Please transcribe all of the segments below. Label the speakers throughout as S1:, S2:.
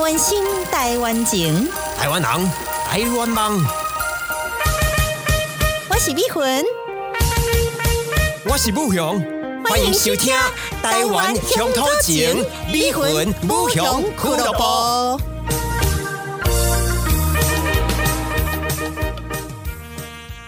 S1: 湾心，台湾情，
S2: 台湾人，台湾梦，
S1: 我是美魂。
S2: 我是武雄，欢迎收听《台湾乡土情》，美魂武雄俱乐部。
S1: 部。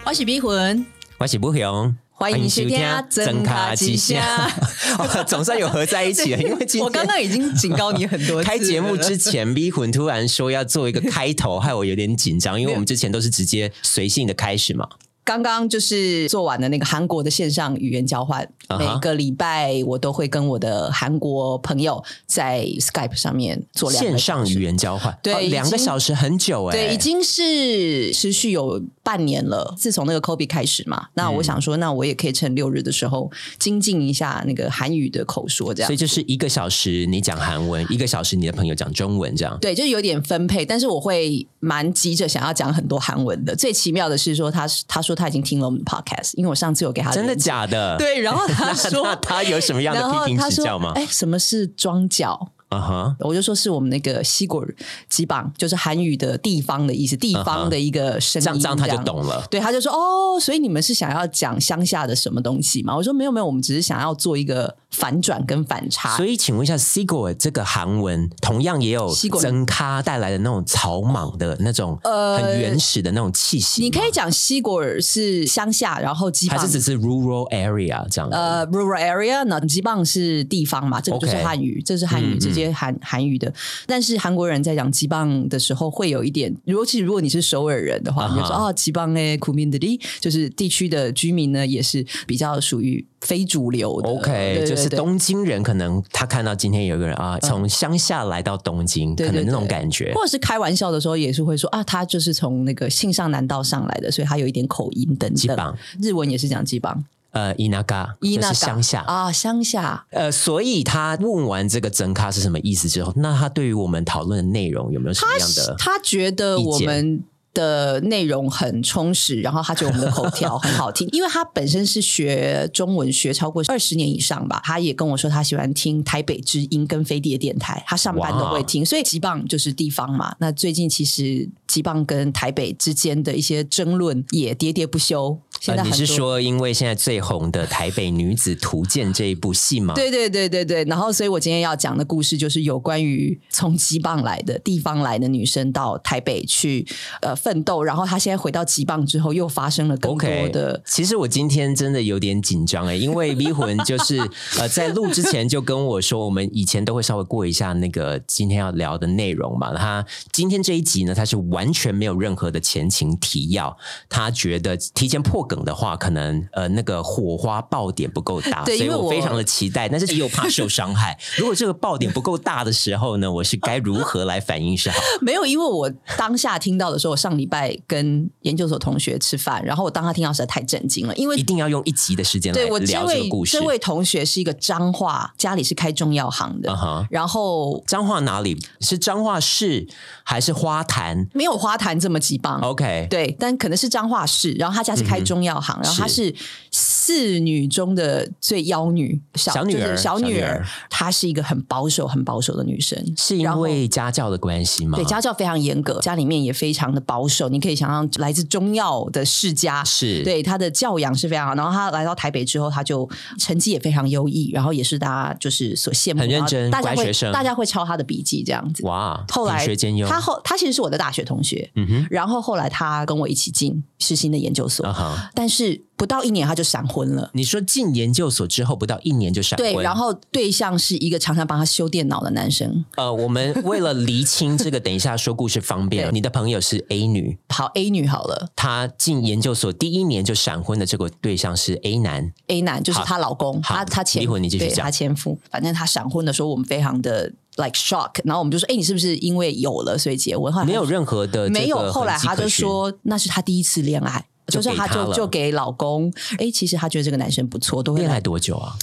S3: 我是米魂，
S2: 我是武雄，
S3: 欢迎收听《真
S2: 啊
S3: 卡 之下》。
S2: 哦总算有合在一 起了，啊因为今天
S3: 我刚刚已经警告你很多次了。
S2: 开节目之前，V 魂突然说要做一个开头，害我有点紧 张，因为我们之前都是直接随性的开始嘛。
S3: 刚刚就是做完了那个韩国的线上语言交换
S2: 啊哈
S3: 每个礼拜我都会跟我的韩国朋友在 Skype 上面做两
S2: 线
S3: 个
S2: 上语言交换，
S3: 对
S2: 哦
S3: 已经
S2: 两个小时很久哎、
S3: 对，已经是持续有半年了，自从那个 COVID 开始嘛。那我想说，那我也可以趁六日的时候精进一下那个韩语的口说，这样
S2: 所以。就是一个小时你讲韩文，一个小时你的朋友讲中文，这样。
S3: 对，就是有点分配，但是我会蛮急着想要讲很多韩文的。最奇妙的是说他，他说他已经听了我们的 podcast，因为我上次有给他
S2: 真的
S3: 链接
S2: 假的？
S3: 对，然后他
S2: 那
S3: 说，
S2: 他有什么样的
S3: 然后
S2: 批评
S3: 他
S2: 指
S3: 说
S2: 教吗，？
S3: 哎，什么是庄脚？
S2: 啊哈，
S3: 我就说是我们那个西果吉榜，就是韩语的地方的意思，地
S2: 嗯哼
S3: 方的一个声
S2: 这样
S3: 音。
S2: 这样他就懂了。
S3: 对，他就说哦，所以你们是想要讲乡下的什么东西嘛？我说没有没有，我们只是想要做一个反转跟反差。
S2: 所以，请问一下 s i g o 这个韩文同样也有
S3: Sigor
S2: 增咖带来的那种草莽的那种，
S3: 呃
S2: 很原始的那种气息吗。
S3: 你可以讲西果尔是乡下，然后基
S2: 还
S3: 棒
S2: 是只是 rural area 这样？
S3: 呃 rural area，那基棒是地方嘛，这个就是
S2: OK
S3: 汉语这是汉
S2: 嗯
S3: 语，
S2: 嗯
S3: 直接韩韩语的。但是韩国人在讲基棒的时候，会有一点，尤其如果你是首尔人的话，
S2: 啊哈
S3: 你就说哦，基棒诶，苦民的地，就是地区的居民呢，也是比较属于非主流的。
S2: 哦 OK，
S3: 呃对
S2: 就是。
S3: 对对
S2: 东京人可能他看到今天有一个人啊，从乡下来到东京，
S3: 对
S2: 可能
S3: 对
S2: 那种
S3: 对
S2: 感觉
S3: 或。者是开玩笑的时候，也是会说啊，他就是从那个信上南道上来的，所以他有一点口音等
S2: 基
S3: 等。
S2: 棒，
S3: 日文也是讲基棒，
S2: 呃，伊那嘎，
S3: 伊
S2: 就
S3: 那
S2: 是
S3: 嘎
S2: 乡下。
S3: 啊，乡下
S2: 呃，所以他问完这个真咖是什么意思之后，那他对于我们讨论的内容有没有什么样的？
S3: 他觉得我们的内容很充实，然后他觉得我们的口条很好 听，因为他本身是学中文学超过二十年以上吧。他也跟我说他喜欢听台北之音跟飞碟电台，他上班都会听，所以吉棒就是地方嘛。那最近其实吉棒跟台北之间的一些争论也喋喋不休。现
S2: 呃、
S3: 在很
S2: 你
S3: 多、
S2: 是说，因为现在最红的《台北女子图鉴》这一部戏吗？
S3: 对对对对对，然后所以我今天要讲的故事就是有关于从吉棒来的地方来的女生到台北去呃奋斗，然后她现在回到吉棒之后又发生了更多
S2: OK
S3: 的
S2: 其实我今天真的有点紧张哎、因为 V 魂就是呃，在录之前就跟我说，我们以前都会稍微过一下那个今天要聊的内容嘛。他今天这一集呢，他是完全没有任何的前情提要，他觉得提前破梗的话，可能呃那个火花爆点不够大，所
S3: 对
S2: 以
S3: 因为
S2: 我
S3: 我
S2: 非常的期待，但是又怕受伤害。如果这个爆点不够大的时候呢，我是该如何来反应是好？
S3: 没有，因为我当下听到的时候，我上礼拜跟研究所同学吃饭，然后我当他听到实在太震惊了，因为
S2: 一定要用一集的时间来
S3: 对我这
S2: 聊这
S3: 位
S2: 个故事
S3: 这。位同学是一个彰化，家里是开中药行的，
S2: 啊哈。
S3: 然后
S2: 彰化哪里？是彰化市还是花坛
S3: 没有花坛这么吉
S2: 啊
S3: 棒。
S2: ？OK，
S3: 对，但可能是彰化市，然后他家是开
S2: 嗯
S3: 中药行，然后她是四女中的最妖女，小
S2: 小女
S3: 就
S2: 儿
S3: 是小
S2: 小女
S3: 女
S2: 儿嗯
S3: 儿，她是一个很保守、很保守的女生，
S2: 是因
S3: 然后
S2: 为家教的关系吗？
S3: 对家教非常严格，家里面也非常的保守，你可以想象来自中药的世家。
S2: 是，
S3: 对她的教养是非常好，然后她来到台北之后，她就成绩也非常优异，然后也是大家就是所羡慕，
S2: 很认
S3: 然后
S2: 真
S3: 大家
S2: 乖
S3: 会
S2: 学生
S3: 大家会抄她的笔记这样子。
S2: 哇，
S3: 后来
S2: 品学兼优，
S3: 她后她其实是我的大学同学，
S2: 嗯哼，
S3: 然后后来她跟我一起进世新的研究所，
S2: 啊哈，
S3: 但是不到一年他就闪婚了。
S2: 你说进研究所之后不到一年就闪婚，
S3: 对，然后对象是一个常常帮他修电脑的男生。
S2: 呃，我们为了厘清这个，等一下说故事方便，
S3: 对
S2: 你的朋友是 A 女，
S3: 好，A 女好了
S2: 她进研究所第一年就闪婚的这个对象是 A 男，
S3: ，A 男就是
S2: 好
S3: 她老公，
S2: 好
S3: 她她前
S2: 离婚你继续
S3: 对
S2: 讲
S3: 她前夫。反正她闪婚的时候，我们非常的 like shock，然后我们就说，哎，你是不是因为有了所以结婚？后来
S2: 没有
S3: 她
S2: 任何的这
S3: 哎没
S2: 个
S3: 有，后来
S2: 痕迹
S3: 她
S2: 可
S3: 就
S2: 循，
S3: 说那是她第一次恋爱。
S2: 就
S3: 就是
S2: 给
S3: 她
S2: 他
S3: 就
S2: 了
S3: 就给老公，哎，其实她觉得这个男生不错，都会
S2: 恋
S3: 来
S2: 爱多久啊？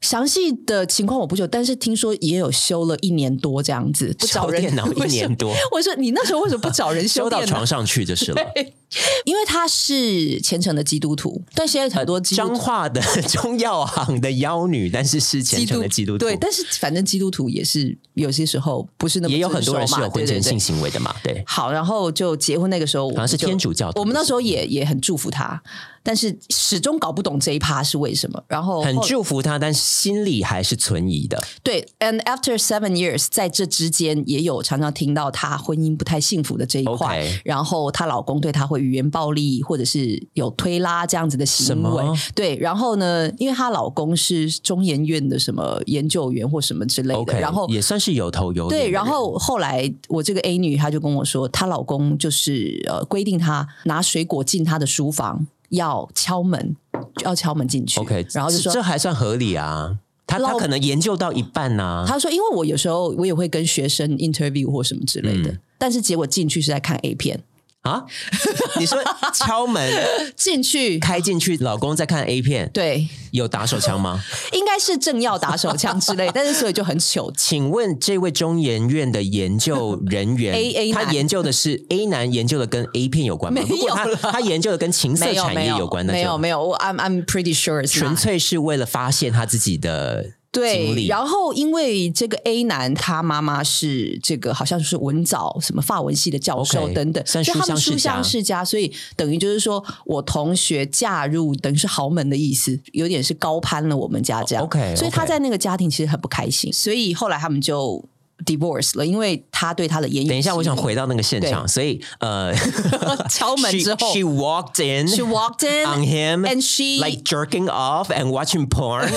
S3: 详细的情况我不久，但是听说也有修了一年多这样子，不找
S2: 修
S3: 人
S2: 电脑一年。多，
S3: 我说你那时候为什么不找 人
S2: 修
S3: 电
S2: 到
S3: 脑？
S2: 床上去就是了。
S3: 因为他是虔诚的基督徒，但现在很多基督
S2: 彰化的 中药行的妖女，但是是虔诚的基督徒，
S3: 对，但是反正基督徒也是有些时候不是那么
S2: 也有很多人
S3: 遵
S2: 是
S3: 守嘛
S2: 有婚
S3: 对
S2: 前
S3: 对对
S2: 性行为的嘛，对。
S3: 好，然后就结婚那个时候，好
S2: 像是天主教徒
S3: 我们那时候也也很祝福他，但是始终搞不懂这一趴是为什么。然后
S2: 很
S3: 哦后
S2: 祝福他，但心里还是存疑的。
S3: 对，and after seven years，在这之间也有常常听到她婚姻不太幸福的这一块
S2: OK
S3: 然后她老公对她会语言暴力，或者是有推拉这样子的
S2: 什
S3: 行为
S2: 么。
S3: 对，然后呢，因为她老公是中研院的什么研究员或什么之类的
S2: OK，
S3: 然后
S2: 也算是有头有脸的人。
S3: 对，然后后来我这个 A 女她就跟我说，她老公就是呃规定她拿水果进她的书房要敲门，要敲门进去。
S2: OK，
S3: 然后就
S2: 这
S3: 说
S2: 这还算合理啊。他他
S3: 老
S2: 可能研究到一半呐、啊，
S3: 他说，因为我有时候我也会跟学生 interview 或什么之类的，
S2: 嗯
S3: 但是结果进去是在看 A 片，
S2: 啊，你说敲门
S3: 进去
S2: 开进去，老公在看 A 片，
S3: 对，
S2: 有打手枪吗？
S3: 应该是正要打手枪 之类，但是所以就很糗。
S2: 请问这位中研院的研 究人员
S3: AA
S2: 他
S3: 男
S2: 研究的是 A 男研究的跟 A 片有关吗？
S3: 没有
S2: 如果他
S3: 啦
S2: 他研究的跟情色
S3: 没有
S2: 产
S3: 没
S2: 业
S3: 有
S2: 有关，那
S3: 没有
S2: 就
S3: 没有，我 I'm I'm pretty sure 是
S2: 纯粹是为了发现他自己的经
S3: 对，
S2: 历。
S3: 然后因为这个 A 男他妈妈是这个好像是文藻什么法文系的教授
S2: OK，
S3: 等等，
S2: 算
S3: 就他
S2: 书
S3: 们
S2: 香世
S3: 书
S2: 家
S3: 香世家，所以等于就是说我同学嫁入等于是豪门的意思，有点是高攀了我们家这样。
S2: OK，OK
S3: 所以他在那个家庭其实很不开心，所以后来他们就 divorce 了，因为他对他的言语。
S2: 等一下，我想回到那个现场，所以呃，
S3: 敲门
S2: she-
S3: 之 后
S2: she walked in
S3: She walked in
S2: on him
S3: and she
S2: like jerking off and watching porn.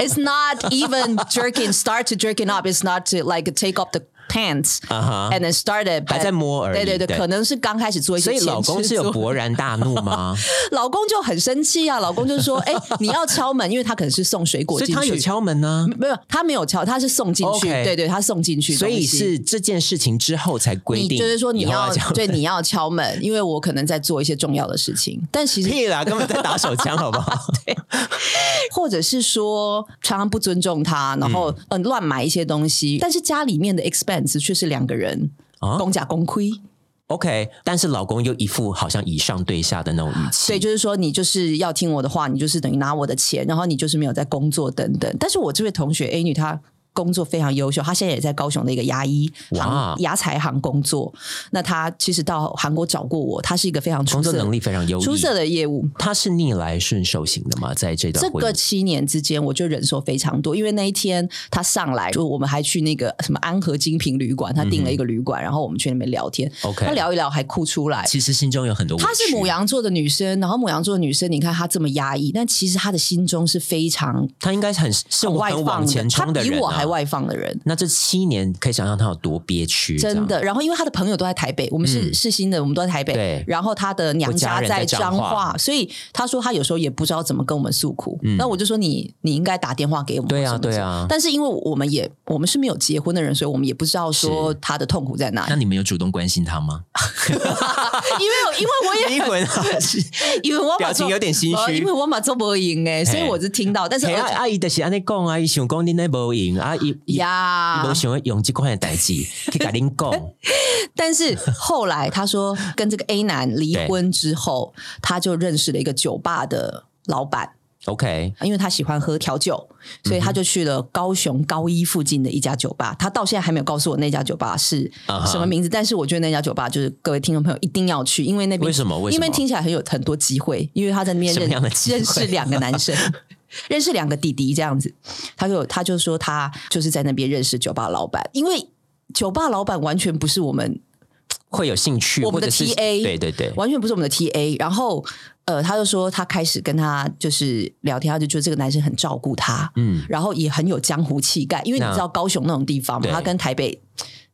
S3: It's not even jerking. Start to jerking up. It's not to like take off the pants
S2: Uh-huh
S3: and then start it. but-
S2: 啊还在摸而已
S3: 对对
S2: 对
S3: 对，可能是刚开始做一些
S2: 所以
S3: 前置作。
S2: 老公是有勃然大怒吗？
S3: 老公就很生气啊！老公就说：“ 哎、你要敲门，因为他可能是送水果
S2: 所
S3: 进
S2: 以
S3: 去。”
S2: 他有敲门啊呢、
S3: 没有，他没有敲，他是送进去。
S2: OK
S3: 对对，他送进去
S2: 所
S3: 东西，
S2: 以是这件事情之后才规
S3: 你
S2: 定，
S3: 就是说你
S2: 以后
S3: 要
S2: 讲
S3: 对你要敲门，因为我可能在做一些重要的事情。但其 实
S2: 屁啦，根本在打手枪，好不好？
S3: 或者是说常常不尊重他，然后嗯、呃乱买一些东西，但是家里面的 expense 却是两个人
S2: 啊
S3: 公假公亏，
S2: OK，但是老公又一副好像以上对下的那种语气，
S3: 所以就是说你就是要听我的话，你就是等于拿我的钱，然后你就是没有在工作等等。但是我这位同学 A 女她。工作非常优秀，她现在也在高雄的一个牙医
S2: 哇哦
S3: 行、牙材行工作。那她其实到韩国找过我，她是一个非常
S2: 工
S3: 出
S2: 作
S3: 色、
S2: 能力非常优异。
S3: 出色的业务。
S2: 他是逆来顺受型的嘛，在这段
S3: 这
S2: 婚
S3: 个
S2: 姻
S3: 七年之间，我就忍受非常多，因为那一天他上来，就我们还去那个什么安和精品旅馆，他订了一个旅馆，然后我们去那边聊天，
S2: 嗯哦 OK，
S3: 他聊一聊还哭出来。
S2: 其实心中有很多委屈
S3: 她是母，羊座的女生，然后母羊座的女生，你看她这么压抑，但其实她的心中是非常
S2: 他应该是很是
S3: 很
S2: 我
S3: 外
S2: 很
S3: 放
S2: 往前
S3: 她
S2: 冲的
S3: 比
S2: 人、啊，
S3: 我还。外放的人。
S2: 那这七年可以想象他有多憋屈，这
S3: 真
S2: 样。
S3: 的，然后因为她的朋友都在台北，我们是、
S2: 嗯
S3: 是新的，我们都在台北。
S2: 对
S3: 然后她的娘
S2: 我家人在
S3: 在
S2: 彰
S3: 彰
S2: 化嗯
S3: 化，所以她说她有时候也不知道怎么跟我们诉苦。那我就说你你应该打电话给我们。
S2: 对
S3: 或
S2: 啊，
S3: 什么之
S2: 对
S3: 类
S2: 啊。
S3: 但是因为我们也我们是没有结婚的人，所以我们也不知道说他的痛苦在哪里
S2: 那。你们有主动关心他吗？
S3: 因为因为我哦也
S2: 灵魂好是
S3: 因为我
S2: 表
S3: 把
S2: 情有点心
S3: 呃
S2: 虚
S3: 因为我嘛做不赢哎，所以我是听到，但是
S2: 嘿啊
S3: 而且
S2: 阿姨的是安尼讲，阿姨想讲你那无用，阿姨
S3: 呀
S2: 无，想要用这款的代志去甲恁 讲，
S3: 但是后来他说跟这个 A 男离婚之后，他就认识了一个酒吧的老板。
S2: OK，
S3: 因为他喜欢喝调酒，所
S2: 嗯
S3: 以他就去了高雄高一附近的一家酒吧。他到现在还没有告诉我那家酒吧是
S2: 啊哈
S3: 什么名字但是我觉得那家酒吧就是各位听众朋友一定要去，因为那边
S2: 为什么为什
S3: 因
S2: 么
S3: 为听起来很有很多机会，因为他在那边
S2: 什么
S3: 认
S2: 样的机会
S3: 认识两个男 生。认识两个弟弟这样子，他就他就说他就是在那边认识酒吧老板，因为酒吧老板完全不是我们
S2: 会有兴趣，
S3: 我们的
S2: 或者是
S3: TA
S2: 对对对，
S3: 完全不是我们的 TA。然后呃，他就说他开始跟他就是聊天，他就觉得这个男生很照顾他，
S2: 嗯，
S3: 然后也很有江湖气概，因为你
S2: 那
S3: 知道高雄那种地方嘛，
S2: 对
S3: 他跟台北。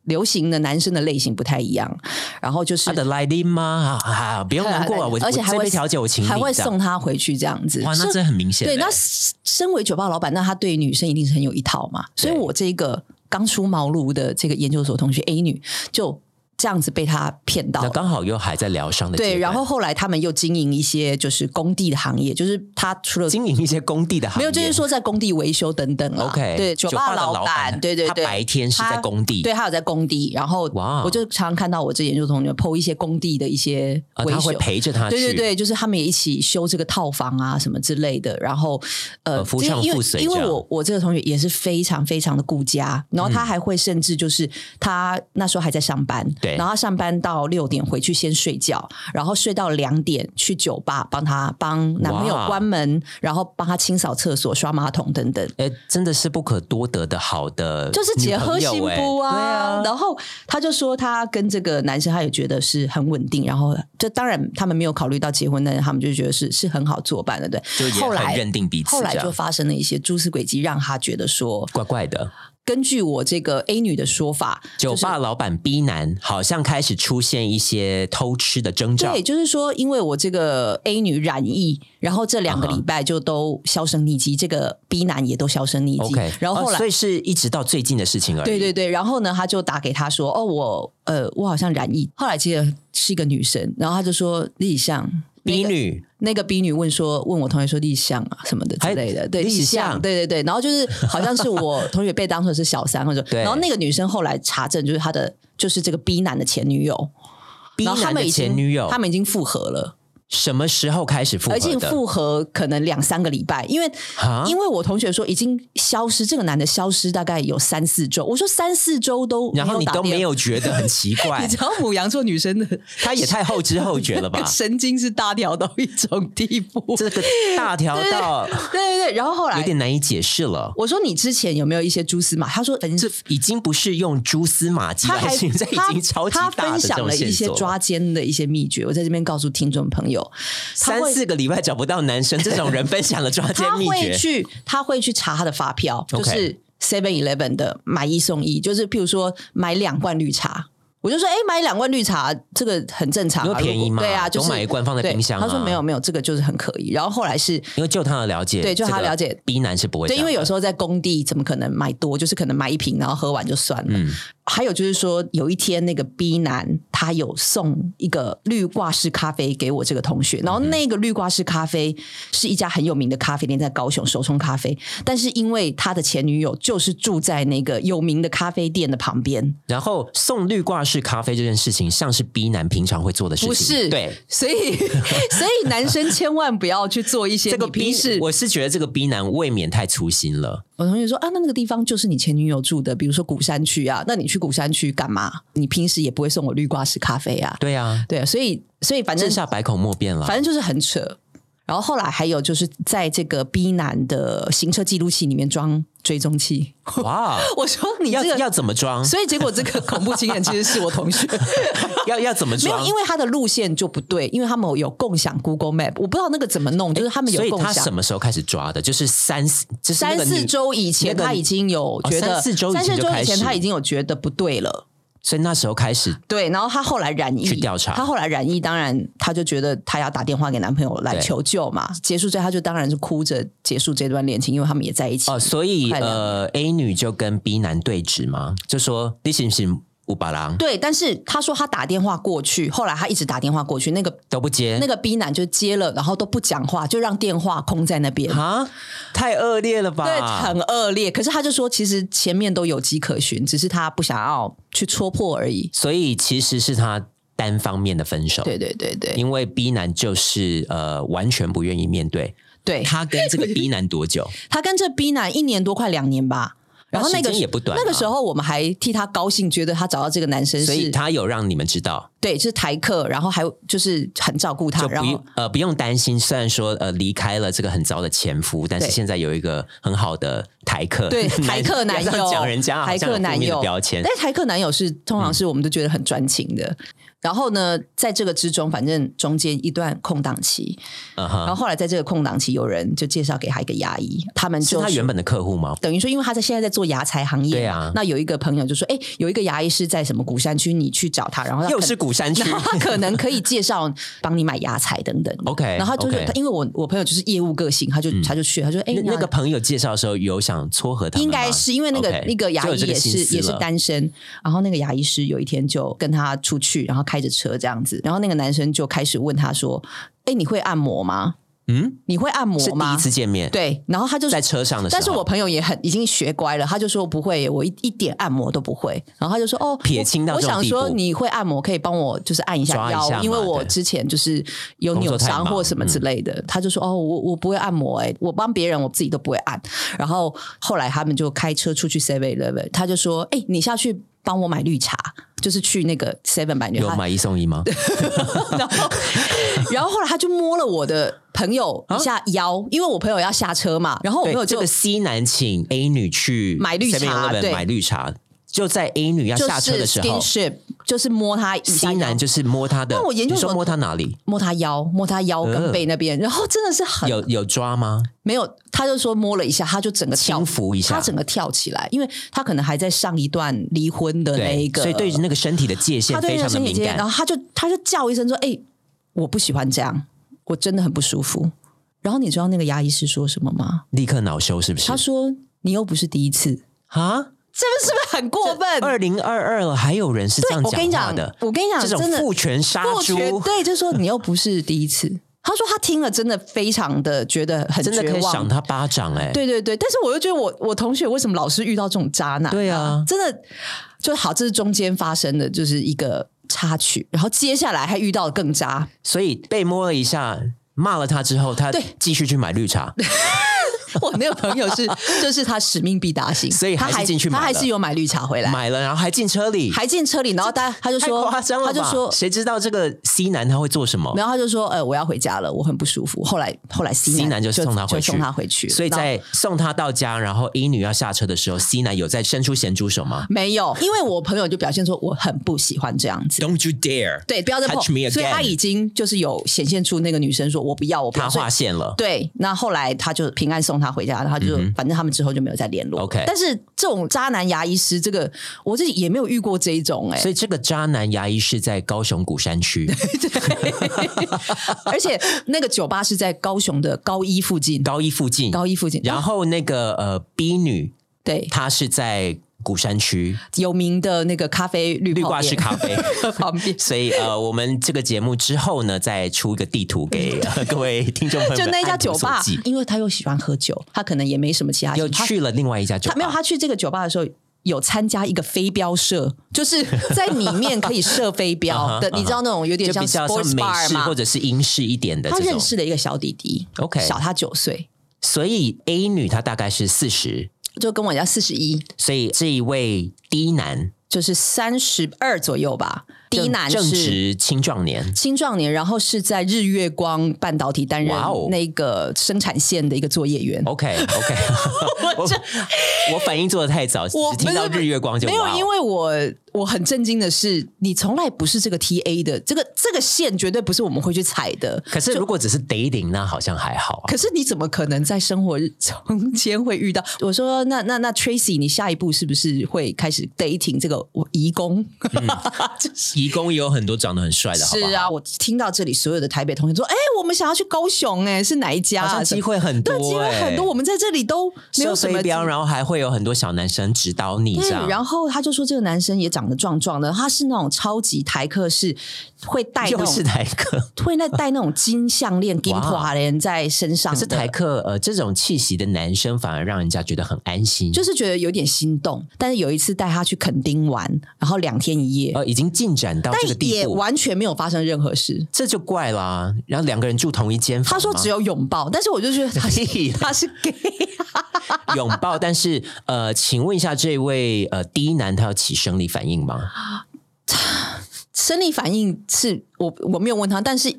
S3: 流行的男生的类型不太一样，然后就是呃
S2: 他的来临吗？啊 啊，不用难过啊，我
S3: 而且
S2: 我
S3: 还
S2: 这
S3: 会
S2: 杯调酒我请你，
S3: 还会
S2: 这样
S3: 送他回去这样子。
S2: 哇，那
S3: 是
S2: 这很明显嘞，
S3: 对，那身身为酒吧老板，那他对女生一定是很有一套嘛。所以
S2: 对
S3: 我这个刚出茅庐的这个研究所同学 A 女就。这样子被他骗到
S2: 那
S3: 了。
S2: 刚好又还在疗伤的阶
S3: 对，
S2: 段
S3: 然后后来他们又经营一些就是工地的行业，就是他除了
S2: 经营一些工地的行业，
S3: 没有，就是说在工地维修等等啦
S2: OK，
S3: 对，
S2: 酒
S3: 酒
S2: 吧
S3: 吧
S2: 的
S3: 老
S2: 老板
S3: 板，对对
S2: 他
S3: 对，
S2: 白天是在
S3: 他
S2: 工地
S3: 对他有在工地，然后
S2: 哇
S3: 我就常常看到我这研究同学 PO 一些工地的一些
S2: 啊
S3: 维
S2: 他
S3: 修
S2: 会。陪着他去，
S3: 对对对，就是他们也一起修这个套房啊什么之类的，然后
S2: 呃
S3: 呃，
S2: 夫唱
S3: 因为
S2: 妇随
S3: 因
S2: 这
S3: 为
S2: 样
S3: 我我这个同学也是非常非常的顾家，然后他还会甚至就是他那时候还在上班，
S2: 嗯对
S3: 然后他上班到六点回去先睡觉，然后睡到两点去酒吧帮他帮男朋友
S2: 哇
S3: 关门，然后帮他清扫厕所、刷马桶等等。
S2: 哎，真的是不可多得的好的女朋友，
S3: 就是结合幸福啊，
S2: 哎对啊，
S3: 然后他就说他跟这个男生，他也觉得是很稳定，然后这当然他们没有考虑到结婚，但是他们就觉得是是很好作伴的，对。
S2: 就也
S3: 后
S2: 很
S3: 来
S2: 认定彼此，
S3: 后来
S2: 这样
S3: 就发生了一些蛛丝诡迹，让他觉得说，
S2: 怪怪的。
S3: 根据我这个 A 女的说法，
S2: 酒
S3: 就是
S2: 吧老板 B 男好像开始出现一些偷吃的征兆
S3: 对，，就是说，因为我这个 A 女染疫，然后这两个礼拜就都销声匿迹，这个 B 男也都销声匿迹
S2: OK，
S3: 然后后
S2: 哦
S3: 来
S2: 所以是一直到最近的事情而已。
S3: 对对对，然后呢，他就打给他说：“哦，我呃，我好像染疫。”后来接着是一个女生，然后他就说：“李以向。
S2: ，B 女
S3: 那个 B 女问说，问我同学说立项啊什么的之类
S2: 哎
S3: 的，对，
S2: 立
S3: 立
S2: 项
S3: 项，对对对，然后就是好像是我同学被当成是小三或者，
S2: 对
S3: 然后那个女生后来查证就是她的就是这个 B 男的前女友
S2: ，B
S3: 然后他
S2: 男
S3: 们
S2: 的
S3: 已经
S2: 前女友
S3: 他，们已经复合了，
S2: 什么时候开始复合
S3: 而且
S2: 的？
S3: 复合可能两三个礼拜，因为
S2: 啊
S3: 因为我同学说已经消失，这个男的消失大概有三四周，我说三四周都
S2: 然后你
S3: 打
S2: 都
S3: 电
S2: 没有觉得很奇怪
S3: 你，知道母羊座女生的？
S2: 他也太后知后觉了吧
S3: 神经是大条到一种地步。
S2: 这个大条到
S3: 对对对，然后后
S2: 有
S3: 来
S2: 点难以解释了。
S3: 我说你之前有没有一些蛛丝马？他说很
S2: 这已经不是用蛛丝马迹
S3: 他
S2: 来
S3: 还
S2: 形容，这已经超级
S3: 他他
S2: 大的
S3: 分
S2: 这
S3: 享
S2: 种
S3: 了一
S2: 线
S3: 些
S2: 索了。
S3: 抓奸的一些秘诀，我在这边告诉听众朋友，他
S2: 三
S3: 会
S2: 四个礼拜找不到男生，这种人分享了抓奸
S3: 他
S2: 秘
S3: 会
S2: 诀，
S3: 去他会去查他的发票，就
S2: OK
S3: 是 Seven Eleven 的买一送一，就是譬如说买两罐绿茶。我就说，哎、买两罐绿茶，这个很正常、
S2: 因
S3: 啊，
S2: 为便宜
S3: 如
S2: 嘛
S3: 果对啊，
S2: 都
S3: 就是
S2: 买一罐放在
S3: 对
S2: 冰箱啊
S3: 他说没有没有，这个就是很可以。然后后来是
S2: 因为就他的了解，
S3: 对就他了解
S2: ，B 男是不会这
S3: 对，
S2: 样
S3: 因为有
S2: 的
S3: 时候在工地怎么可能买多？就是可能买一瓶，然后喝完就算了。
S2: 嗯
S3: 还有就是说，有一天那个 B 男他有送一个绿挂式咖啡给我这个同
S2: 嗯
S3: 学，然后那个绿挂式咖啡是一家很有名的咖啡店，在高雄手冲咖啡。但是因为他的前女友就是住在那个有名的咖啡店的旁边，
S2: 然后送绿挂式咖啡这件事情，像是 B 男平常会做的事情，
S3: 不是
S2: 对。
S3: 所以 所以男生千万不要去做一些
S2: 这个
S3: 你平
S2: B
S3: 时
S2: 我是觉得这个 B 男未免太粗心了。
S3: 我同学说啊，那那个地方就是你前女友住的，比如说鼓山区啊，那你去鼓山区干嘛？你平时也不会送我绿挂式咖啡啊，
S2: 对啊，
S3: 对啊，所以所以反正
S2: 这下百口莫辩了。
S3: 反正就是很扯。然后后来还有就是在这个 B 男的行车记录器里面装追踪器，
S2: 哇，
S3: 我说你
S2: 要
S3: 这
S2: 要
S3: 个，
S2: 怎么装？
S3: 所以结果这个恐怖情人其实是我同学。
S2: 要要怎么
S3: 没有，
S2: 装？
S3: 因为他的路线就不对，因为他们有共享 Google Map，我不知道那个怎么弄，就是他们有
S2: 所以
S3: 共
S2: 他
S3: 享
S2: 什。么时候开始抓的？就是三四，就是那
S3: 三
S2: 个女
S3: 四，周以前，
S2: 那个哦
S3: 他已经有觉得、
S2: 三四周以前
S3: 三四
S2: 就
S3: 周
S2: 开
S3: 以前
S2: 始
S3: 他已经有觉得不对了。
S2: 所以那时候开始
S3: 对，然后她后来染疫，
S2: 去调查
S3: 她后来染疫，当然她就觉得她要打电话给男朋友来
S2: 对
S3: 求救嘛。结束之后，她就当然是哭着结束这段恋情，因为他们也在一起。
S2: 哦，所以
S3: 快乐
S2: 呃，A 女就跟 B 男对峙嘛，就说你行不行，五把郎
S3: 对，但是她说她打电话过去，后来她一直打电话过去，那个
S2: 都不接，
S3: 那个 B 男就接了，然后都不讲话，就让电话空在那边。
S2: 啊，太恶劣了吧？
S3: 对，很恶劣。可是她就说，其实前面都有迹可循，只是她不想要去戳破而已。
S2: 所以其实是他单方面的分手，
S3: 对对对对
S2: 因为 B 男就是呃完全不愿意面对。
S3: 对，
S2: 他跟 这个 B 男多久？
S3: 他跟这 B 男一年多，快两年吧。然后那
S2: 时
S3: 个
S2: 间也不短啊
S3: 那个时候我们还替他高兴，觉得他找到这个男生
S2: 所以
S3: 是，
S2: 他有让你们知道，
S3: 对，就是台客，然后还有就是很照顾他，
S2: 就
S3: 然
S2: 不
S3: 后
S2: 用呃不用担心。虽然说呃离开了这个很糟的前夫，但是
S3: 对
S2: 现在有一个很好的台客，
S3: 对
S2: 男
S3: 台客男
S2: 要这样
S3: 友
S2: 讲人家好
S3: 台
S2: 像有
S3: 客
S2: 负
S3: 男
S2: 面的
S3: 友
S2: 标签
S3: 但。是台客男友是通常是我们都觉得很专情的，然后呢，在这个之中，反正中间一段空档期，
S2: 嗯
S3: 然后
S2: 哼，
S3: 后来在这个空档期，有人就介绍给他一个牙医，他们
S2: 是
S3: 就
S2: 他
S3: 说
S2: 原本的客户吗？
S3: 等于说，因为他在现在在做牙材行业嘛，
S2: 对啊
S3: 那有一个朋友就说，哎、有一个牙医是在什么古山区，你去找他，然后他
S2: 又
S3: 可
S2: 是古山区
S3: 然 后他可能可以介绍帮你买牙材等等。
S2: OK，
S3: 然后他就是
S2: OK 嗯
S3: 他因为我我朋友就是业务个性，他就、他就去，他说哎、
S2: 那
S3: 你要
S2: 那个朋友介绍的时候有想撮合他们
S3: 应
S2: 吗，
S3: 该是因为那个
S2: OK，
S3: 那个牙
S2: 就有
S3: 医
S2: 这
S3: 也
S2: 心
S3: 是
S2: 思
S3: 也是
S2: 了
S3: 单身，然后那个牙医师有一天就跟他出去，然后开着车这样子，然后那个男生就开始问他说：“哎，你会按摩吗？
S2: 嗯，
S3: 你会按摩
S2: 是第
S3: 吗
S2: 一次见面，，
S3: 对，然后他就
S2: 在车上的时候，
S3: 但是我朋友也很已经学乖了，他就说不会，我一一点按摩都不会。然后他就说哦，
S2: 撇清到
S3: 我
S2: 这种
S3: 想
S2: 地步
S3: 说你会按摩，可以帮我就是按一下
S2: 抓一
S3: 腰，
S2: 下嗯嘛
S3: 因为我
S2: 对
S3: 之前就是有
S2: 工作
S3: 扭
S2: 太
S3: 伤
S2: 忙
S3: 或什么之类的。他就说哦，我我不会按摩、欸，我帮别人我自己都不会按。然后后来他们就开车出去 Seven Eleven，他就说哎、你下去帮我买绿茶，就是去那个 Seven 买绿
S2: 有
S3: 茶。
S2: 买一送一吗？
S3: 然后，然后后来他就摸了我的朋友一
S2: 啊
S3: 下腰，因为我朋友要下车嘛，然后我朋
S2: 对，
S3: 友
S2: 这
S3: 哦就
S2: 个 C 男请 A 女去
S3: 买绿茶
S2: 7-Eleven
S3: 对
S2: 买绿茶，就在 A 女要
S3: 就是
S2: 下车的时候
S3: skinship 就是摸他一下
S2: ，C
S3: 腰
S2: 男就是摸她的。
S3: 那我研究
S2: 你说
S3: 所
S2: 摸她哪里？
S3: 摸他腰，摸他腰跟
S2: 呃
S3: 背那边，然后真的是很
S2: 有有抓吗？
S3: 没有，他就说摸了一下，他就整个跳
S2: 轻，抚一下
S3: 他。整个跳起来，因为他可能还在上一段离婚的那一
S2: 对，
S3: 个，
S2: 所以对那个身体的界限
S3: 他对
S2: 非
S3: 那
S2: 常
S3: 个
S2: 的
S3: 身体
S2: 敏
S3: 接，然
S2: 感。
S3: 后他就他就叫一声说：“哎、我不喜欢这样，我真的很不舒服。”然后你知道那个牙医师说什么吗？
S2: 立刻恼羞是不是
S3: 他？说：“你又不是第一次，
S2: 啊，
S3: 这是不是很过分？”
S2: 二零二二了，还有人是这
S3: 对，
S2: 样
S3: 我跟你
S2: 讲
S3: 讲
S2: 话的，，
S3: 我跟你讲，
S2: 这种
S3: 真的
S2: 父权杀
S3: 我
S2: 猪
S3: 觉，得对，就是说你又不是第一次。他说他听了真的非常的觉得很
S2: 真的可
S3: 绝
S2: 以赏
S3: 望。
S2: 他巴掌哎。
S3: 对对对，但是我又觉得我我同学为什么老是遇到这种渣男、
S2: 对
S3: 啊
S2: 啊，
S3: 真的就好，这是中间发生的就是一个插曲，然后接下来还遇到更渣，
S2: 所以被摸了一下，骂了他之后，他
S3: 对
S2: 继续去买绿茶。
S3: 我那个朋友是就是他使命必达型，
S2: 所以
S3: 他
S2: 还是
S3: 还
S2: 进去买
S3: 他还
S2: 了
S3: 是有买绿茶回来，
S2: 买了，然后还进车里，
S3: 还进车里，然后他他就
S2: 太
S3: 说
S2: 夸张了
S3: 他就
S2: 吧
S3: 说
S2: 谁知道这个 C 男他会做什么？
S3: 然后他就说：“呃，我要回家了，我很不舒服。”后来后来 C 男
S2: C 男就送他回去
S3: 就送他回去。
S2: 所以
S3: 然后
S2: 在送他到家，然后 A 女要下车的时候，C 男有在伸出咸猪手吗
S3: 没有，因为我朋友就表现说我很不喜欢这样子。
S2: ？Don't you dare！
S3: 对，不要再碰
S2: Touch me。again
S3: 所以他已经就是有显现出那个女生说我不要，我不要。
S2: 他
S3: 所以
S2: 划线了。
S3: 对，那后来他就平安送她回家，然后就、反正他们之后就没有再联络。
S2: 嗯 OK
S3: 但是这种渣男牙医师，这个我自己也没有遇过这一种哎、
S2: 所以这个渣男牙医是在高雄古山区，
S3: 而且那个酒吧是在高雄的高一附近，
S2: 高一附近。
S3: 高一附近，
S2: 然后那个呃 B 女，
S3: 对
S2: 她是在古山区
S3: 有名的那个咖啡绿
S2: 绿
S3: 泡
S2: 挂式
S3: 店
S2: 咖啡。
S3: 旁 边，
S2: 所以呃，我们这个节目之后呢，再出一个地图给、呃各位听众朋友们
S3: 就那一家
S2: 按图
S3: 酒
S2: 索
S3: 吧
S2: 骥，
S3: 因为他又喜欢喝酒，他可能也没什么其他兴
S2: 又
S3: 趣。他
S2: 去了另外一家酒
S3: 他
S2: 吧，
S3: 没有，他去这个酒吧的时候。有参加一个飞镖社，就是在里面可以射 飞
S2: 啊
S3: 镖
S2: 哈
S3: 的，你知道那种有点
S2: 就
S3: 像
S2: 比较像
S3: sports
S2: 美
S3: bar
S2: 式
S3: 嘛
S2: 或。者是英式一点的
S3: 他
S2: 这
S3: 认
S2: 种。
S3: 识了一个小弟弟
S2: OK
S3: 小他九岁，
S2: 所以 A 女她大概是四十，
S3: 就跟我家四十一，
S2: 所以这一位 D 男
S3: 就是三十二左右吧。
S2: 正
S3: 低男
S2: 正
S3: 是
S2: 值青壮年，
S3: 青壮年，然后是在日月光半导体担任
S2: 哇哦
S3: 那个生产线的一个作业员。
S2: OK OK，我 我反应做的太早，只
S3: 我
S2: 听到
S3: 不是
S2: 日月光就
S3: 没有
S2: 哇，哦
S3: 因为我我很震惊的是，你从来不是这个 TA 的，这个这个线绝对不是我们会去踩的。
S2: 可是如果只是 dating，那好像还好啊。
S3: 可是你怎么可能在生活日中间会遇到？我说那那那 Tracy，你下一步是不是会开始 dating 这个我移工？
S2: 义工也有很多长得很帅的，好不好
S3: 是啊，我听到这里所有的台北同学说，哎、我们想要去高雄、哎，是哪一家、
S2: 好
S3: 啊？
S2: 像机会很多、
S3: 对
S2: 欸，
S3: 机会很多，我们在这里都没
S2: 射
S3: 有什么
S2: 飞
S3: 机
S2: 镖，然后还会有很多小男生指导你这
S3: 对
S2: 样，，
S3: 然后他就说这个男生也长得壮壮的，他是那种超级台客，是会戴那
S2: 又
S3: 种
S2: 是台客。
S3: 会那戴那种金项链、金花链在身上
S2: 可
S3: 的，
S2: 是台客呃，这种气息的男生反而让人家觉得很安心，
S3: 就是觉得有点心动。但是有一次带他去垦丁玩，然后两天一夜，
S2: 呃已经进展到这个
S3: 但
S2: 地
S3: 也
S2: 步，
S3: 完全没有发生任何事。
S2: 这就怪啦。然后两个人住同一间房
S3: 他
S2: 吗，
S3: 说只有拥抱，但是我就觉得他 是
S2: 屁
S3: 他是 gay，
S2: 拥抱， 但是呃，请问一下这位呃 D 男，他有起生理反应吗？
S3: 生理反应是我我没有问他，但是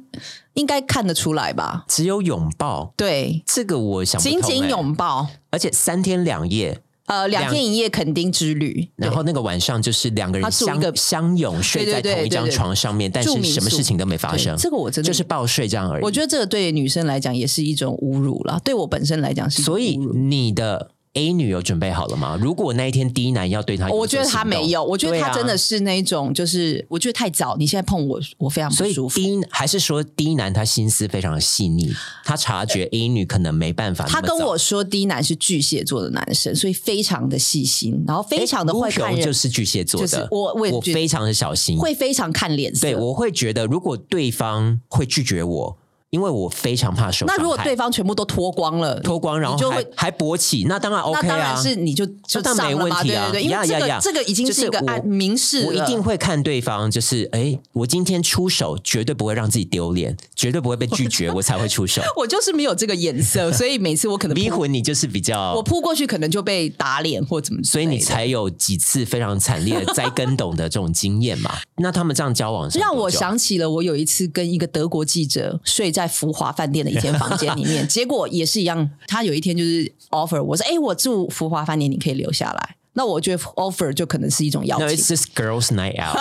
S3: 应该看得出来吧？
S2: 只有拥抱，
S3: 对，
S2: 这个我想不通、
S3: 紧紧
S2: 欸，
S3: 拥抱。
S2: 而且三天两夜。
S3: 呃，两天一夜垦丁之旅，
S2: 然后那个晚上就是两个人
S3: 他住一
S2: 相
S3: 个
S2: 相拥睡在
S3: 对对对
S2: 同一张
S3: 对对
S2: 床上面，但
S3: 住
S2: 是
S3: 民
S2: 什么
S3: 宿
S2: 事情都没发
S3: 对
S2: 生，
S3: 这个我真的
S2: 就是抱睡这样而已。
S3: 我觉得这个对女生来讲也是一种侮辱啦，对我本身来讲是一种
S2: 所以
S3: 侮辱
S2: 你的 A 女友准备好了吗？如果那一天 D 男要对她有
S3: 哦我觉得
S2: 所
S3: 他
S2: 行动
S3: 没有，我觉得
S2: 对
S3: 他
S2: 啊
S3: 真的是那种，就是我觉得太早，你现在碰我，我非常不
S2: 所以
S3: 舒服。
S2: D 还是说 D 男他心思非常的细腻，他察觉 A 女可能没办法那
S3: 他
S2: 么早。
S3: 跟我说，第一男是巨蟹座的男生，所以非常的细心，然后非常的会
S2: 诶乌
S3: 看
S2: 熊
S3: 人，
S2: 哎就是巨蟹座的，
S3: 就是我我也
S2: 我
S3: 觉得
S2: 非常的小心，
S3: 会非常看脸色。
S2: 对我会觉得如果对方会拒绝我，因为我非常怕受伤害。
S3: 那如果对方全部都脱光了，
S2: 脱光，然
S3: 你
S2: 后
S3: 就
S2: 还
S3: 会
S2: 还勃起，那当然 OK 啊，
S3: 那当然是你就就
S2: 这当然
S3: 上了嘛，
S2: 没问题
S3: 对
S2: 啊
S3: 对对，因
S2: 呀
S3: 为这
S2: 呀
S3: 个
S2: 呀
S3: 这个已经
S2: 就是
S3: 是一个
S2: 我
S3: 案明示了，
S2: 我一定会看对方，就是哎，我今天出手绝对不会让自己丢脸，绝对不会被拒绝，我才会出 手。
S3: 我就是没有这个眼色，所以每次我可能
S2: 逼
S3: 扑
S2: 婚你就是比较，
S3: 我扑过去可能就被打脸或怎么之
S2: 所
S3: 类
S2: 以
S3: 的，
S2: 你才有几次非常惨烈的栽跟斗的这种经验 嘛。那他们这样交往，
S3: 让我，想起了我有一次跟一个德国记者睡在福华饭店的一间房间 里面，结果也是一样。他有一天就是 offer 我说：“哎、我住福华饭店，你可以留下来。”那我觉得 offer 就可能是一种邀
S2: No,
S3: 请
S2: it's。just girls' night out,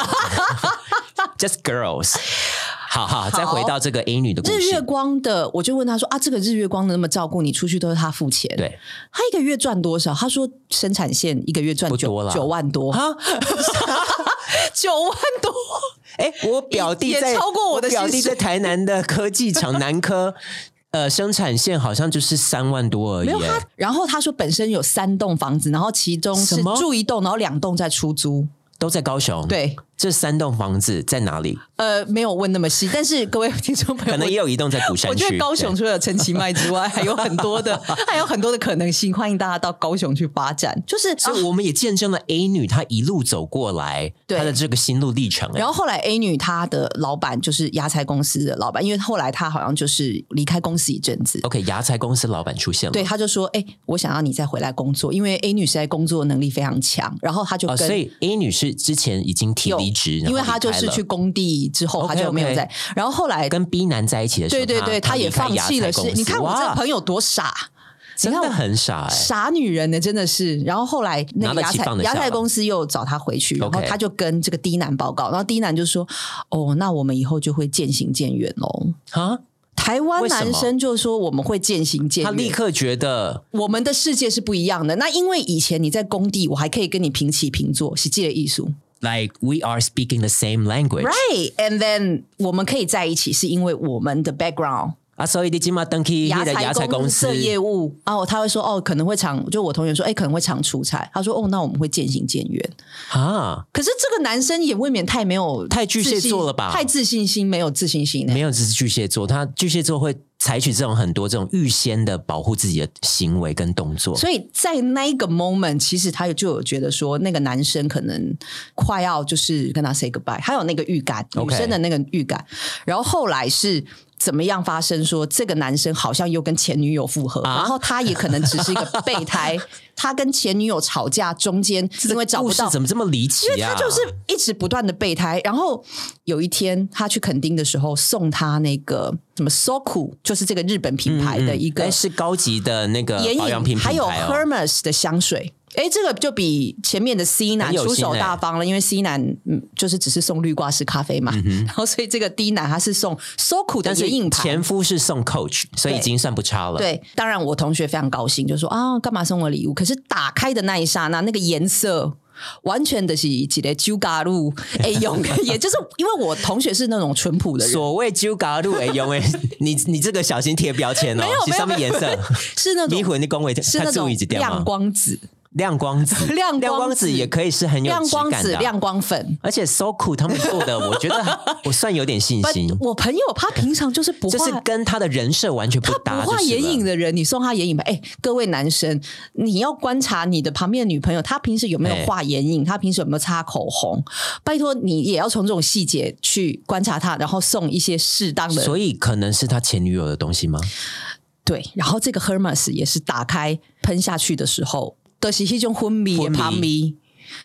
S2: just girls. 好好，再回到这个 A 女的故
S3: 日月
S2: 事，
S3: 光的，我就问他说：“啊，这个日月光的那么照顾你，出去都是他付钱，
S2: 对，
S3: 他一个月赚多少？”他说：“生产线一个月赚
S2: 不多
S3: 九
S2: 啦
S3: 九万多啊， 九万多。”
S2: 哎，我表弟
S3: 也
S2: 在
S3: 超过我的
S2: 表弟
S3: 薪水
S2: 在台南的科技厂南科，呃，生产线好像就是三万多而已
S3: 没有
S2: 耶。
S3: 他，然后他说本身有三栋房子，然后其中是
S2: 什么
S3: 住一栋，然后两栋在出租。
S2: 都在高雄。，
S3: 对，
S2: 这三栋房子在哪 里？
S3: 呃，没有问那么细，但是各位听众朋友，
S2: 可能也有一栋在鼓
S3: 我
S2: 山
S3: 我觉得
S2: 区。
S3: 高雄啊
S2: 对
S3: 除了陈其 迈之外，还有很多的，还有很多的可能性，欢迎大家到高雄去发展。就是，啊
S2: 所以我们也见证了 A 女她一路走过来，
S3: 对
S2: 她的这个心路历程。哎
S3: 然后后来 A 女她的老板就是牙材公司的老板，因为后来她好像就是离开公司一阵子，
S2: 哎 OK，牙材公司老板出现了，
S3: 对，他就说：“哎、我想要你再回来工作，因为 A 女实在工作能力非常强。”然后他就
S2: 哦，
S3: 跟、
S2: 所以 A 女是之前已经提
S3: 有
S2: 离职，
S3: 因为
S2: 然后
S3: 他就
S2: 离开
S3: 是
S2: 了
S3: 去工地之后，他
S2: OK，OK
S3: 就没有在。然后后来，
S2: 跟 B 男在一起的时候，
S3: 对对对，
S2: 她
S3: 他也
S2: 离开
S3: 放弃了
S2: 牙材
S3: 是。
S2: 公司
S3: 你看我这
S2: 哇
S3: 朋友多傻，
S2: 真
S3: 你
S2: 的
S3: 看我
S2: 很傻哎。
S3: 傻女人呢，真的是。然后后来那
S2: 拿
S3: 个
S2: 得
S3: 牙
S2: 起
S3: 菜
S2: 放得下
S3: 牙菜
S2: 了
S3: 公司又找他回去，然后
S2: OK
S3: 他就跟这个 D 男报告，然后 D 男就说：“哦，那我们以后就会渐行渐远喽。
S2: 啊！”
S3: 台湾
S2: 为什
S3: 男
S2: 么
S3: 生就说我们会渐行渐
S2: 她
S3: 远，
S2: 立刻觉得
S3: 我们的世界是不一样的。那因为以前你在工地，我还可以跟你平起平坐，是记的艺术。
S2: like we are speaking the same language
S3: Right，and then 我们可以在一起，是因为我们的 background。
S2: 啊，所以你今嘛登去那个牙
S3: 牙
S2: 材公司
S3: 的业务，然后他会说哦，可能会常就我同学说，哎，可能会常出差。他说哦，那我们会渐行渐远。
S2: 啊，
S3: 可是这个男生也未免太没有
S2: 太巨蟹座了吧
S3: 自信太自信心，没有自信心呢
S2: 没。有，这是巨蟹座，他巨蟹座会采取这种很多这种预先的保护自己的行为跟动作。
S3: 所以在那一个 moment，其实他就有觉得说，那个男生可能快要就是跟他 say goodbye，他有那个预感，女
S2: OK
S3: 生的那个预感。然后后来是怎么样发生说？这个男生好像又跟前女友复合，
S2: 啊
S3: 然后他也可能只是一个备 胎。他跟前女友吵架，中间因为找不
S2: 故
S3: 到
S2: 事怎么这么离奇啊？
S3: 他就是一直不断的备胎。然后有一天，他去垦丁的时候，送他那个什么 Soku，就是这个日本品牌的一个
S2: 哎是高级的那个
S3: 眼
S2: 保养品品
S3: 影，
S2: 牌
S3: 还有
S2: 哦。
S3: Hermes 的香水。哎，这个就比前面的 C 男
S2: 很有
S3: 出
S2: 心
S3: 手大方了，因为 C 男嗯就是只是送绿挂式咖啡嘛， 然后所以这个 D 男他是送 Soku 的
S2: 啊但是
S3: 眼影盘
S2: 前。夫是送 Coach，所以已经算不差了。，
S3: 对，当然我同学非常高兴，就说啊，干嘛送我礼物？可是打开的那一刹那，那个颜色。完全的是几个酒 嘎路哎用，也就是因为我同学是那种淳朴的人，
S2: 所谓 j u g a 路哎，因为 你你这个小心贴标签哦，
S3: 没有
S2: 是上面
S3: 没有
S2: 颜色。
S3: 是 那
S2: 迷
S3: 种
S2: 魂的光伟，
S3: 是
S2: 他
S3: 那
S2: 注
S3: 种
S2: 意一点
S3: 亮
S2: 吗？
S3: 光子、
S2: 亮光子，
S3: 亮光子
S2: 亮光子也可以是很有
S3: 亮
S2: 质
S3: 光
S2: 感
S3: 子、
S2: 的啊。
S3: 亮光粉。
S2: 而且 So Cool 他们做 的，我觉得我算有点信
S3: But
S2: 心。
S3: 我朋友他平常就是不
S2: 就
S3: 画
S2: 是跟他的人设完全不搭，
S3: 不画眼影的人，你送他眼影吧。哎、各位男生，你要观察你的旁边的女朋友，她平时有没
S2: 哎
S3: 有画眼影，她平时有没有擦口红？拜托，你也要从这种细节去观察她，然后送一些适当
S2: 就是了。
S3: 的
S2: 所以可能是他前女友的东西吗？
S3: 对。然后这个 Hermes 也是打开喷下去的时候，都、就是一种昏迷的
S2: 昏迷
S3: 旁迷。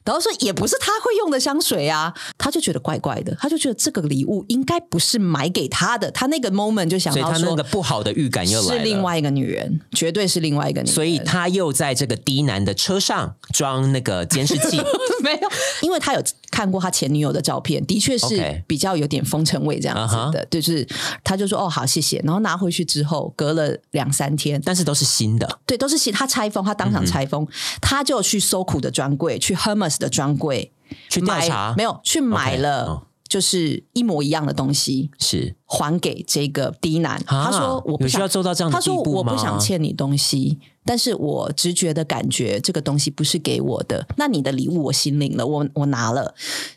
S3: 然后说也不是他会用的香水啊，他就觉得怪怪的，他就觉得这个礼物应该不是买给他的，他那个 moment 就想
S2: 所以
S3: 到
S2: 他那
S3: 说
S2: 个不好的预感又来
S3: 是
S2: 了。
S3: 另外一个女人，绝对是另外一个女人，
S2: 所以他又在这个低男的车上装那个监视 器，
S3: 没有，因为他有看过他前女友的照片，的确是
S2: OK 啊
S3: 比较有点风尘味这样子的就是他就说哦好谢谢，然后拿回去之后隔了两三天，
S2: 但是都是新的。
S3: 对，都是其他拆封，他当
S2: 嗯
S3: 场拆封，他就去搜苦的专柜，去 Hermes 的专柜
S2: 去调查
S3: 买没有去买
S2: OK，
S3: 了
S2: 哦
S3: 就是一模一样的东西，
S2: 是
S3: 还给这个 D 男。
S2: 啊
S3: 他说我不
S2: 有需
S3: 想
S2: 要做到这样的
S3: 他说
S2: 地步
S3: 我不
S2: 吗
S3: 想欠你东西，但是我直觉的感觉这个东西不是给我的。那你的礼物我心领了，我我拿了，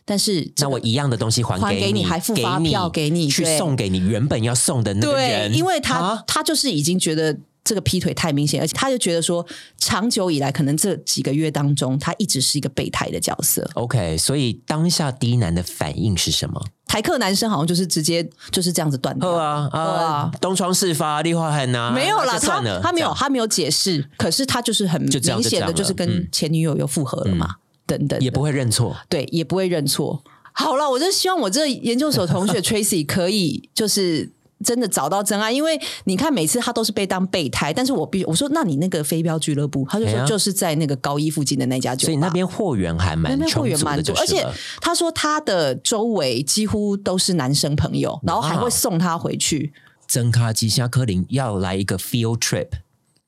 S3: 但是这
S2: 那
S3: 个
S2: 我一样的东西还
S3: 还给
S2: 给
S3: 你还付发票给你
S2: 去
S3: 对
S2: 送给你原本要送的那个
S3: 对
S2: 人，，
S3: 因为他、
S2: 啊
S3: 他就是已经觉得。这个劈腿太明显，而且他就觉得说，长久以来可能这几个月当中，他一直是一个备胎的角色。
S2: OK，所以当下低男的反应是什么？
S3: 台客男生好像就是直接就是这样子断掉，
S2: 喝啊啊
S3: 啊，
S2: 东窗事发，立花很啊，
S3: 没有
S2: 那
S3: 啦，
S2: 就算
S3: 他
S2: 了，
S3: 他没
S2: 这
S3: 有
S2: 样，
S3: 他没有解释，可是他就是很
S2: 就这样
S3: 明显
S2: 就这样
S3: 的
S2: 了
S3: 就是
S2: 嗯
S3: 跟前女友又复合了嘛，等等的，
S2: 也不会认错。
S3: 对，也不会认错。好了，我就希望我这研究所同学 Tracy 可以就是。真的找到真爱，因为你看每次他都是被当备胎，但是我必我说那你那个飞镖俱乐部，他就
S2: 哎
S3: 说
S2: 呀
S3: 就是在那个高一附近的那家酒吧，
S2: 所以那边货源还蛮
S3: 那边
S2: 充
S3: 货源
S2: 足的，
S3: 蛮
S2: 就
S3: 多，
S2: 是
S3: 而且
S2: 了
S3: 他说他的周围几乎都是男生朋友，然后还会送他回去
S2: 真卡吉夏科林要来一个 field trip，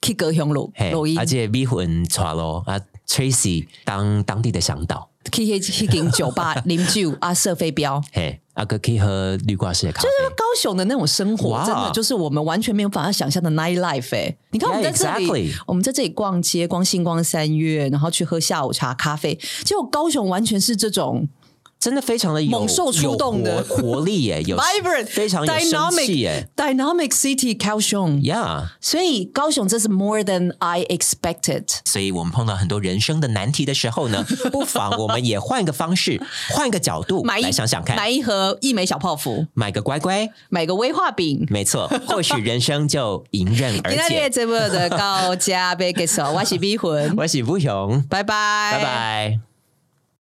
S3: 去高雄录
S2: 嘿啊
S3: 录音，，
S2: 而且米魂抓咯啊，Tracy 当当地的向导，
S3: 去去去间酒 吧啉酒啊，射飞镖。
S2: 嘿，阿哥可以喝绿挂式的咖啡。
S3: 啊高雄的那种生活
S2: 哎哇，
S3: 真的就是我们完全没有办法想象的 night life 哎、你看我们在
S2: Yeah,
S3: 这里
S2: exactly
S3: 我们在这里逛街，光星光三月，然后去喝下午茶、咖啡，结果高雄完全是这种
S2: 真的非常的有
S3: 猛兽出动的
S2: 有 活活力耶，有
S3: vibrant、
S2: 非常有生气
S3: dynamic
S2: 耶
S3: dynamic city 高雄
S2: ，Yeah。
S3: 所以高雄这是 more than I expected。
S2: 所以我们碰到很多人生的难题的时候 呢，不妨我们也换个方式，换个角度
S3: 买一
S2: 来想想看，
S3: 买一盒一枚小泡芙，
S2: 买个乖乖，
S3: 买个威化饼。
S2: 没错，或许人生就迎刃 而
S3: 今天的
S2: 解。
S3: 节目的到家，别给手，我是 B 魂，
S2: 我是不雄，
S3: 拜拜，
S2: 拜。拜。